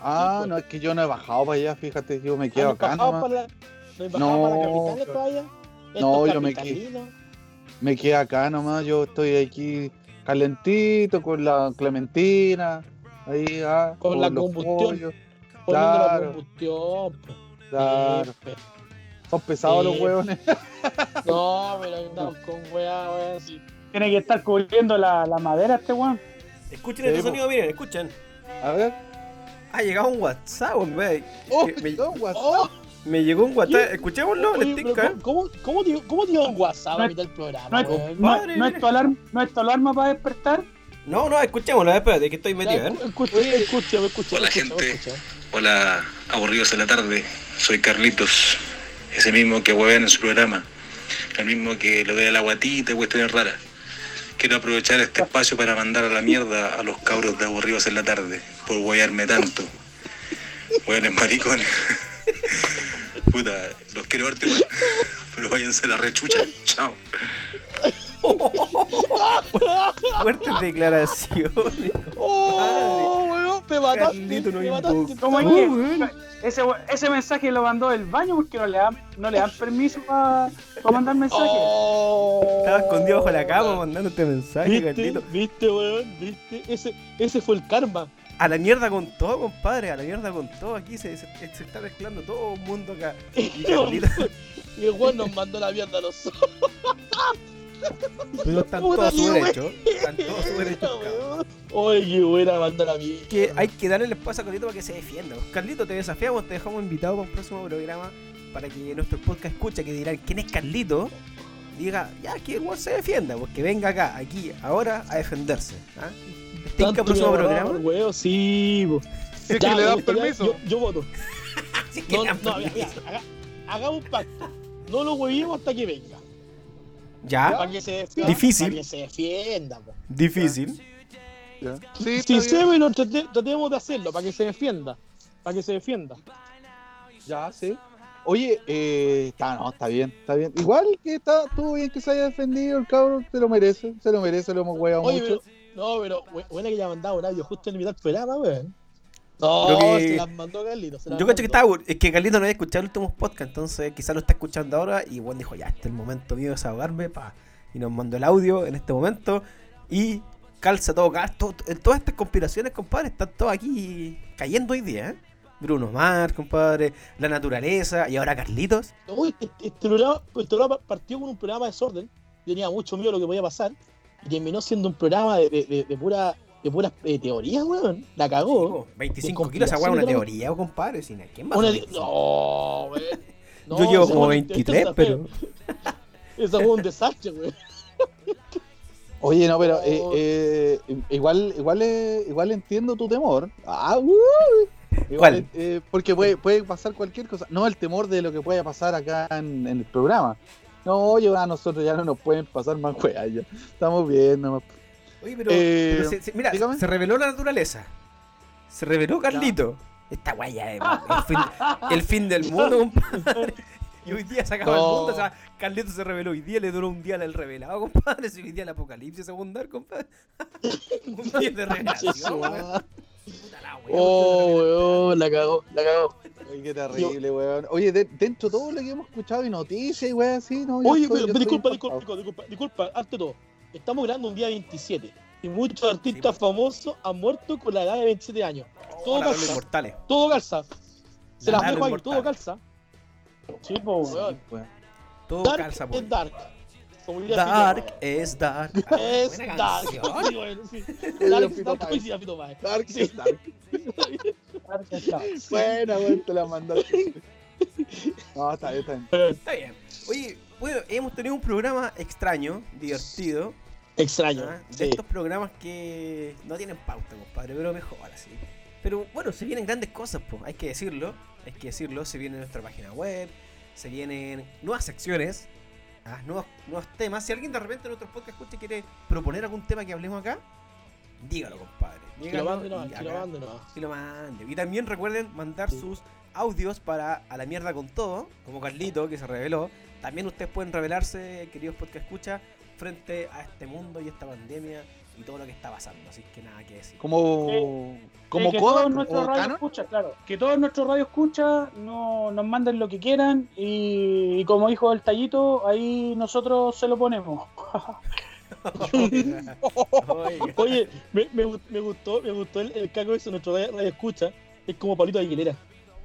Ah, no, es que yo no he bajado para allá, fíjate, yo me quedo
pues. Ah, nos
acá.
bajamos
nomás.
para la- nos bajamos
No,
para la capital todavía.
No,
Estos
yo me quedé.
capitalinos.
Me quedo acá nomás, yo estoy aquí calentito con la clementina, ahí, ah,
Con la
los
combustión.
pollos,
Poniendo la
Claro.
combustión, pues.
claro.
Sí, pues.
Son pesados los
Sí.
huevones.
No, pero andamos con weá, weá, así.
Tiene que estar cubriendo la, la madera este weón.
Escuchen este
Sí, po.
sonido, miren, escuchen.
A ver.
Ha llegado un WhatsApp, hombre.
Oh,
Que me,
no, WhatsApp.
¡Oh!
me llegó un WhatsApp.
¿Qué?
Escuchémoslo,
Oye,
les
pero
tinca.
¿Cómo, cómo, te, ¿Cómo te iba un WhatsApp
No
a
es-
mitad del
No
programa,
es,
weón?
no-
Padre,
no es
mira.
tu alarma, no es tu alarma para despertar.
No, no, escuchémoslo, eh, espérate, que estoy metido,
Ya,
¿eh?
escu- Escucha, escucha, escucha,
Hola,
escucha,
gente.
escucha.
Hola, aburridos de la tarde. Soy Carlitos, ese mismo que huevean en su programa, el mismo que lo vea la guatita y cuestiones raras. Quiero aprovechar este espacio para mandar a la mierda a los cabros de aburridos en la tarde por huevearme tanto. Hueones maricones. Puta, los quiero verte, pero váyanse a la rechucha. Chao.
Fuertes declaraciones.
¡Oh, weón! ¡Me mataste!
Carlito, no
¡Me
hay
mataste!
¿Cómo es
weón.
que- ese, ese mensaje lo mandó el baño porque no le dan, no le dan permiso para mandar mensajes.
¡Oh!
Estaba escondido bajo la cama mandándote mensaje,
¿Viste?
Carlito.
¿Viste, weón? ¿Viste? Ese, ese fue el karma.
A la mierda con todo, compadre. A la mierda con todo. Aquí se, se, se está mezclando todo un mundo acá. Y Carlito,
Y el weón nos mandó la mierda a los ojos,
pero están
Puta
todos
que
su derecho. Están todos su derecho, cabrón.
weón. ¡Oye, qué buena mandó la mierda!
que hay que darle el espacio a Carlito para que se defienda. Pues, Carlito, te desafiamos, te dejamos invitado para un próximo programa para que nuestro podcast escuche, que dirán quién es Carlito, diga, ya, que el weón se defienda, porque venga acá, aquí, ahora, a defenderse. ¿ah? ¿Tinca
Tanto
próximo
que
programa?
hablaba, weón, sí, po.
Si es que le dan
weón, Yo,
permiso.
yo voto.
Así que pues,
No, no,
la-
mira, mira, haga- hagamos un pacto. No lo huevimos hasta que venga.
ya,
Para que se defienda.
¿Ah? Difícil.
Para que se defienda, po.
difícil.
Ya. Sí, está
Si
bien.
se ve, lo trate- tratemos de hacerlo, para que se defienda. Para que se defienda.
Ya, sí. Oye, eh, está, no, está bien, está bien. Igual que está, estuvo bien que se haya defendido el cabrón, se lo merece, se lo merece, lo hemos hueado
Oye,
mucho.
pero, no, pero bu- buena que le ha mandado un audio justo en mitad del programa, weón. No,
Creo que-
se las mandó Carlito. se las
Yo cacho que
mandó.
estaba, es que Carlito no había escuchado el último podcast, entonces quizás lo está escuchando ahora y Juan dijo, ya, este es el momento mío de desahogarme, pa. Y nos mandó el audio en este momento y calza todo, ca- to- en todas estas conspiraciones, compadre, están todos aquí cayendo hoy día, ¿eh? Bruno Mars, compadre, la naturaleza y ahora Carlitos.
Uy, este, este programa, este programa partió con un programa de desorden. Yo tenía mucho miedo a lo que podía pasar. Y terminó siendo un programa de, de, de, de pura, de puras eh, teorías, weón. La cagó.
Oh, 25 kilos, esa weá es una
conspiraciones,
teoría, oh, compadre, sin ¿quién más?
Una de- no, weón. No,
Yo llevo
esa
como
fue-
23,
esa fue-
pero...
Esa fue un desastre, weón.
Oye, no, pero eh,
Oh.
eh, igual, igual, eh, igual entiendo tu temor. Ah, uy.
¿Cuál?
eh, porque puede, puede pasar cualquier cosa. No, el temor de lo que pueda pasar acá en, en el programa. No, oye, a nosotros ya no nos pueden pasar más weas. ya. Estamos bien, nomás.
Oye, pero,
Eh,
pero se- se- mira,
dígame.
se reveló la naturaleza. Se reveló Carlito. Esta guaya es el fin, el fin del mundo, compadre. Y hoy día se acaba el
No.
mundo. O sea, Carlito se reveló. Hoy día le duró un día el revelado, compadre. Si hoy día el apocalipsis se va a hundar, compadre. un día de revelación, weón.
eh. Ah,
Puta la wea,
Oh, weón, la cagó, la cagó.
Oye, qué terrible, weón. Oye, de- dentro de todo lo que hemos escuchado y noticias y weas así, no. yo
Oye, pero,
estoy- yo
pero
estoy
disculpa, disculpa,
impactado.
disculpa, disculpa, disculpa, ante todo. Estamos grabando un día 27 y muchos artistas famosos han muerto con la edad de 27 años. Todo
Hola, los
calza,
inmortales.
todo calza. Se
La
las dejo
Lalo
ahí, todo
inmortal.
calza.
Sí, po, weón.
Weón,
Todo
Dark
calza,
es
por
dark. Como diría
Dark
Fito
es dark.
Páez.
Ah,
Es
buena
dark.
canción.
Sí, weón, sí. Dark es
Fito
dark,
Páez.
como decía Fito Páez.
Dark
Sí.
is dark. Buena, weón, te la mandaste. No, está bien, está bien.
Está bien. Oye, bueno, hemos tenido un programa extraño, divertido.
Extraño.
Ah, De
sí.
estos programas que no tienen pauta, compadre, pero mejor así. Pero bueno, se vienen grandes cosas, pues, hay que decirlo, hay que decirlo, se viene nuestra página web, se vienen nuevas secciones, ah, nuevos, nuevos temas. Si alguien de repente en nuestro podcast escucha y quiere proponer algún tema que hablemos acá, dígalo, compadre.
Que lo
dígalo
mande nomás,
y
que lo
acá-
mande nomás.
que lo mande. Y también recuerden mandar
Sí.
sus audios para A la mierda con todo, como Carlito que se reveló. También ustedes pueden revelarse, queridos podcast escucha, frente a este mundo y esta pandemia y todo lo que está pasando, así que nada que decir.
Como,
Eh,
como
que
Kodak
todos nuestros
o
radio
Canon.
escucha, claro. Que todos nuestros radio escucha no, nos manden lo que quieran y, y como dijo el tallito, ahí nosotros se lo ponemos.
Oiga, oiga.
Oye, me, me gu- me gustó, me gustó el, el caco ese, nuestro radio, radio escucha. Es como Palito Aguilera.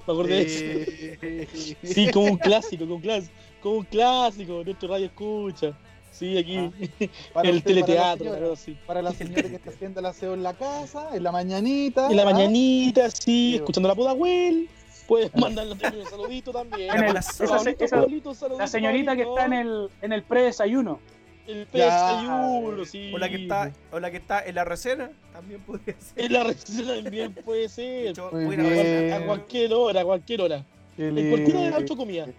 Me acordé de eso.
Sí.
Sí, como un clásico, como un clásico, como un clásico, nuestro radio escucha. Sí, aquí,
Ah. Para
el
usted, para la
teleteatro,
señora.
algo así.
Para la señora que está haciendo el aseo en la casa, en la mañanita.
En la
¿ah?
mañanita, sí,
Sí, Ah.
escuchando la poda Will. Puedes mandarle también un saludito también.
En el-
Pablito,
esa-
Pablito,
esa-
Pablito, un saludito,
La señorita que
Pablito.
está en el, en el pre-desayuno.
El
Ya. eh,
desayuno, sí.
O la que está, o la que está en la recena, también podría ser.
En la receta también puede ser.
Yo
Muy
voy a ir a
bien.
ver-
A cualquier hora, a cualquier hora.
Qué
En cualquiera de las
lindo.
ocho comidas.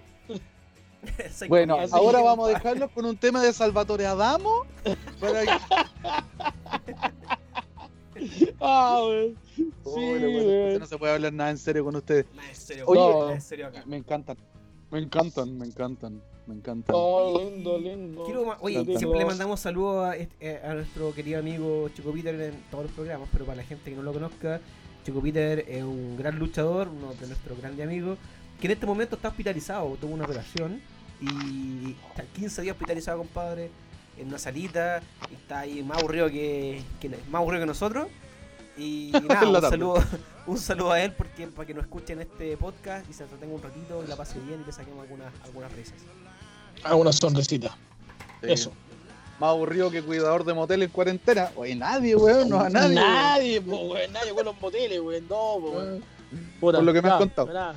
Soy
Bueno,
comida.
ahora vamos a dejarlos con un tema de Salvatore Adamo. para que-
Ah, weón. Sí,
Bueno, bueno,
weón.
no se puede hablar nada en serio con ustedes.
Nada en serio,
Oye,
nada en serio acá.
Me encantan, me encantan, me encantan, me encantan.
Oh, lindo, lindo.
Quiero ma- oye,
También.
siempre le mandamos saludos a, este- eh, a nuestro querido amigo Chico Peter en todos los programas, pero para la gente que no lo conozca, Chico Peter es un gran luchador, uno de nuestros grandes amigos, que en este momento está hospitalizado, tuvo una operación y está 15 días hospitalizado, compadre, en una salita, y está ahí más aburrido que, que- más aburrido que nosotros. Y nada,
En la
un
tarde.
saludo, un saludo a él porque para que nos escuchen este podcast y se entretenga un ratito y la pase bien y le saquemos algunas, algunas risas.
Ah, una sonrisita.
Sí.
Eso.
Más aburrido que cuidador de motel en cuarentena. Oye, nadie, weón, no a nadie.
Nadie, po, weón. Nadie con los moteles, weón. No, po, weón.
Por lo que me han
Ya,
contado.
¿verdad?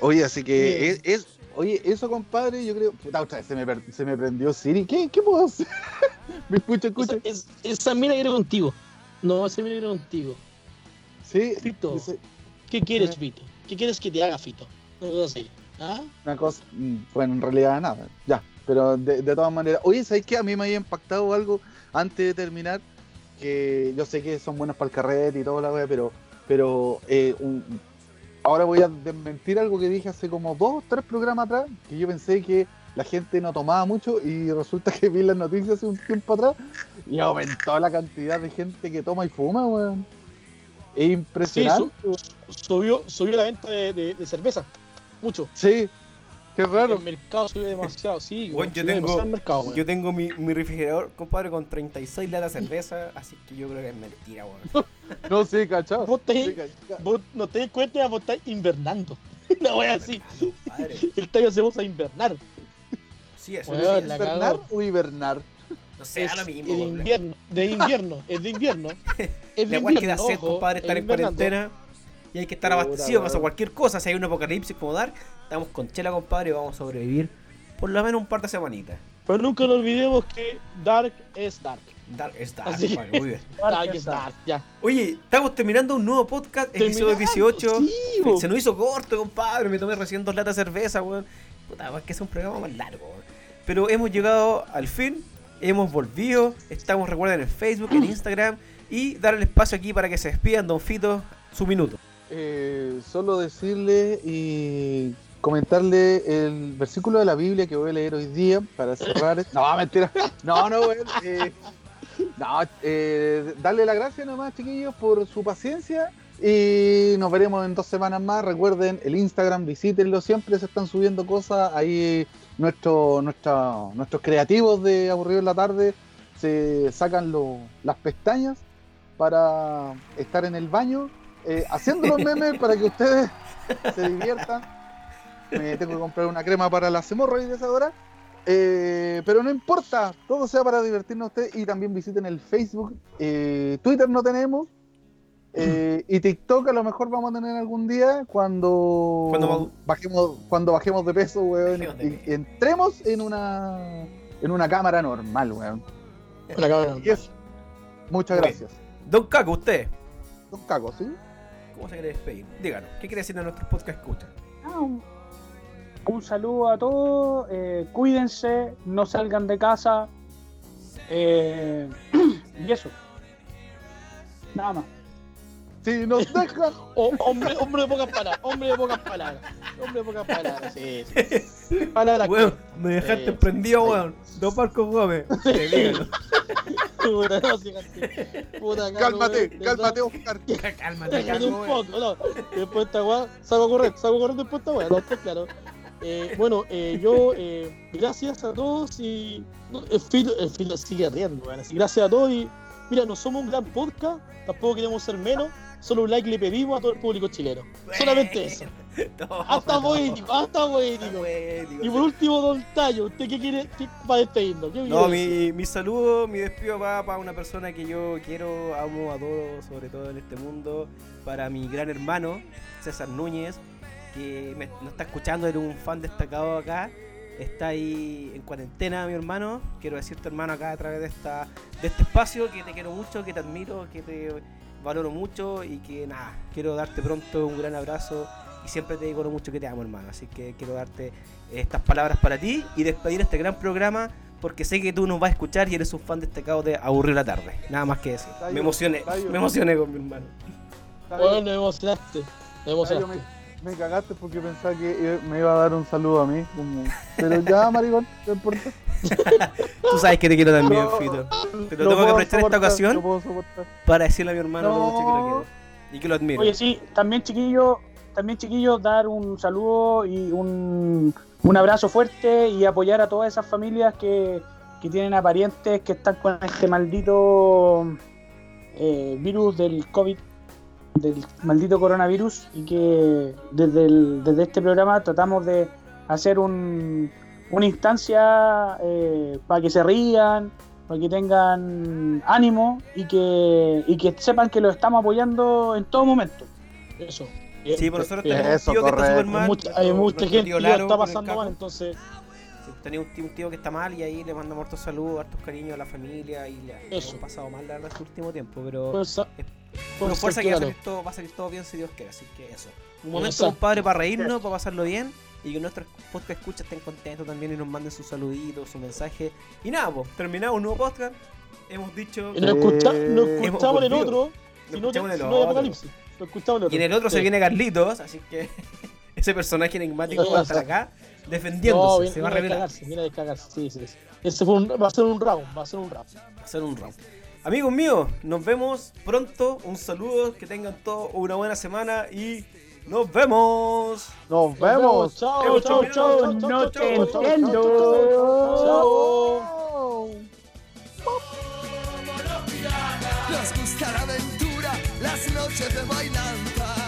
Oye, así que
Bien.
es, es- Oye, eso, compadre, yo creo. Puta, otra vez se me, per- se me prendió Siri. ¿Qué, qué puedo hacer? me escucha, escucha.
Esa, es, esa mina quiere contigo. No, esa mina quiere contigo.
Sí,
Fito.
dice
¿Qué quieres, Fito? ¿Qué quieres que te haga, Fito? Una cosa así. ¿Ah?
una cosa. mm, Bueno, en realidad nada. Ya. Pero de, de todas maneras. Oye, ¿sabes qué? A mí me había impactado algo antes de terminar. Que yo sé que son buenos para el carrete y toda la wea, pero. Pero. eh, un- ahora voy a desmentir algo que dije hace como dos tres programas atrás. Que yo pensé que la gente no tomaba mucho. Y resulta que vi las noticias hace un tiempo atrás. Y aumentó la cantidad de gente que toma y fuma, weón. Es
Sí,
impresionante.
su- su- subió, subió la venta de, de- de cerveza. Mucho.
Sí. Qué raro.
El mercado subió demasiado, sí.
Bueno, yo
subió
tengo-
demasiado el mercado, weón.
Yo tengo mi, mi refrigerador, compadre, con 36 latas de cerveza, así que yo creo que es mentira, weón.
No, sí, cachado.
Vos te-
Sí, cachado.
Vos no te des cuenta, vos estás invernando. Una wea así.
Compadre,
El tallo se usa a invernar.
Sí, eso
Weón,
sí,
la
¿Hibernar
cagó.
o hibernar?
No sé, da lo mismo,
de
weón.
invierno, de invierno, es de invierno. Es de
La igual que
invierno,
da sed,
ojo,
compadre,
es
estar en
invernando.
cuarentena y hay que estar
Puta,
abastecido para
weón.
cualquier cosa. Si hay un apocalipsis como dar, estamos con chela, compadre, y vamos a sobrevivir por lo menos un par de semanitas.
Pero nunca nos olvidemos que Dark es Dark.
Dark está,
Así es.
compadre, muy bien.
Dark es Dark, ya.
Oye, estamos terminando un nuevo podcast, episodio
Terminando,
18.
sí, bo.
Se nos hizo corto, compadre. Me tomé recién dos latas de cerveza, weón. Puta, es que es un programa más largo, weón. Pero hemos llegado al fin. Hemos volvido. Estamos, recuerden, en Facebook, en Instagram. Y dar el espacio aquí para que se despidan, Don Fito, su minuto.
Eh, solo decirle y comentarle el versículo de la Biblia que voy a leer hoy día para cerrar. este- No, mentira. No, no, weón. Eh, no, eh, darle las gracias nomás, chiquillos, por su paciencia. Y nos veremos en dos semanas más. Recuerden el Instagram, visítenlo. Siempre se están subiendo cosas. Ahí nuestro, nuestra, nuestros creativos de Aburrido en la Tarde se sacan lo- las pestañas para estar en el baño eh, haciendo los memes para que ustedes se diviertan. Me tengo que comprar una crema para las hemorroides ahora. Eh, pero no importa, todo sea para divertirnos a ustedes y también visiten el Facebook. Eh, Twitter no tenemos. eh, y TikTok a lo mejor vamos a tener algún día cuando,
Cuando va-
bajemos cuando bajemos de peso, weón,
Bajemos de
y,
peso.
y entremos en una en una cámara normal, weón.
Hola, cabrón.
Y eso. Muchas
Muy
gracias.
Don Caco, usted,
Los cagos, ¿sí?
¿cómo se quiere despedir? Díganos, ¿qué quiere decir a nuestros podcast escucha?
Ah, un, un saludo a todos, eh, cuídense, no salgan de casa. eh, y eso. Nada más.
Si nos dejan
Oh, hombre, hombre de pocas palabras, hombre de pocas palabras. Hombre de pocas palabras, sí. sí. Palabras
Weón, me dejaste
Eh,
prendido,
sí.
weón. Don Marcos Gómez. Te digo.
Puta, no, sí, gente. Puta, cabrón,
Cálmate,
de verdad.
cálmate, Oscar.
Cálmate,
Déjate un
Carlos.
poco, no. Después esta weá, salgo a correr, salgo a correr después esta weá, no, está claro. Eh, bueno, eh, yo, eh, gracias a todos y. no, el filo, el filo sigue riendo, weón. Así, Gracias a todos y. Mira, no somos un gran podcast, tampoco queremos ser menos, solo un like le pedimos a todo el público chileno. Solamente eso.
Toma,
Hasta
toma.
poético, hasta
Está
poético.
poético.
Y por último, Don Tallo, ¿usted qué quiere qué, para despedirnos? ¿Qué
No,
quiere decir?
mi, mi saludo, mi despido va para una persona que yo quiero, amo, adoro, sobre todo en este mundo, para mi gran hermano, César Núñez, que me, nos está escuchando, él es un fan destacado acá, está ahí en cuarentena, mi hermano, quiero decirte hermano acá a través de, esta, de este espacio, que te quiero mucho, que te admiro, que te valoro mucho y que nada, quiero darte pronto un gran abrazo y siempre te digo lo mucho que te amo, hermano, así que quiero darte estas palabras para ti y despedir este gran programa porque sé que tú nos vas a escuchar y eres un fan destacado de Aburrir la Tarde. Nada más que decir.
Dayo,
me emocioné,
Dayo.
me emocioné con mi hermano.
Bueno, nos emocionaste. Nos
Dayo,
emocionaste.
me, me cagaste porque pensaba que eh, me iba a dar un saludo a mí. como- Pero ya, maricón, no importa.
Tú sabes que te quiero también, Fito. Te lo tengo que
puedo
aprovechar esta
soportar,
ocasión
lo puedo soportar.
para decirle a mi hermano lo mucho que lo
No.
quiero. Y que lo admiro.
Oye, sí, también chiquillo, también chiquillo, dar un saludo y un, un abrazo fuerte y apoyar a todas esas familias que, que tienen a parientes que están con este maldito eh, virus del COVID, del maldito coronavirus, y que desde, el- desde este programa tratamos de hacer un, una instancia eh, para que se rían, para que tengan ánimo y que, y que sepan que lo estamos apoyando en todo momento. Eh,
Eso.
Sí, por nosotros
Bien.
tenemos un
eso,
tío que está
correcto.
súper mal.
Hay mucha, hay
nuestro-
mucha
nuestro
gente
tío
que
Laro
está
con el
pasando
Caco.
mal, entonces
Tenía un tío, un tío que está mal y ahí le mandamos hartos saludos, hartos cariños a la familia y le
Eso.
hemos pasado mal la verdad este último tiempo, pero...
fuerza,
Con
fuerza,
Eh, fuerza que va a,
claro.
salir todo, va a salir todo bien si Dios quiere, así que eso. Un
Exacto.
momento, compadre, para reírnos, para pasarlo bien y que nuestros podcast escuchas estén contentos también y nos manden sus saluditos, su mensaje. Y nada, pues, terminado un nuevo podcast. Hemos dicho.
Y nos escucha- nos
Eh,
escuchamos en el
hemos volvido.
otro, si no, si no
escuchamos en el
hay
otro.
apocalipsis. Nos escuchamos en el otro.
Y en el otro se
Sí.
viene Carlitos, así que ese personaje enigmático va a estar acá defendiéndose.
No, viene,
se va a
viene a
revelar.
descargarse, viene a descargarse. Sí, sí, sí. Ese fue un, va a ser un round, va a ser un round.
hacer un round. Amigos míos, nos vemos pronto. Un saludo, que tengan todos una buena semana y nos vemos.
Nos
Nos
vemos.
Chao, chao, chao, chao, chao,
No te
chao, chao,
entiendo.
chao.
Nos gusta la aventura, las noches de bailanta.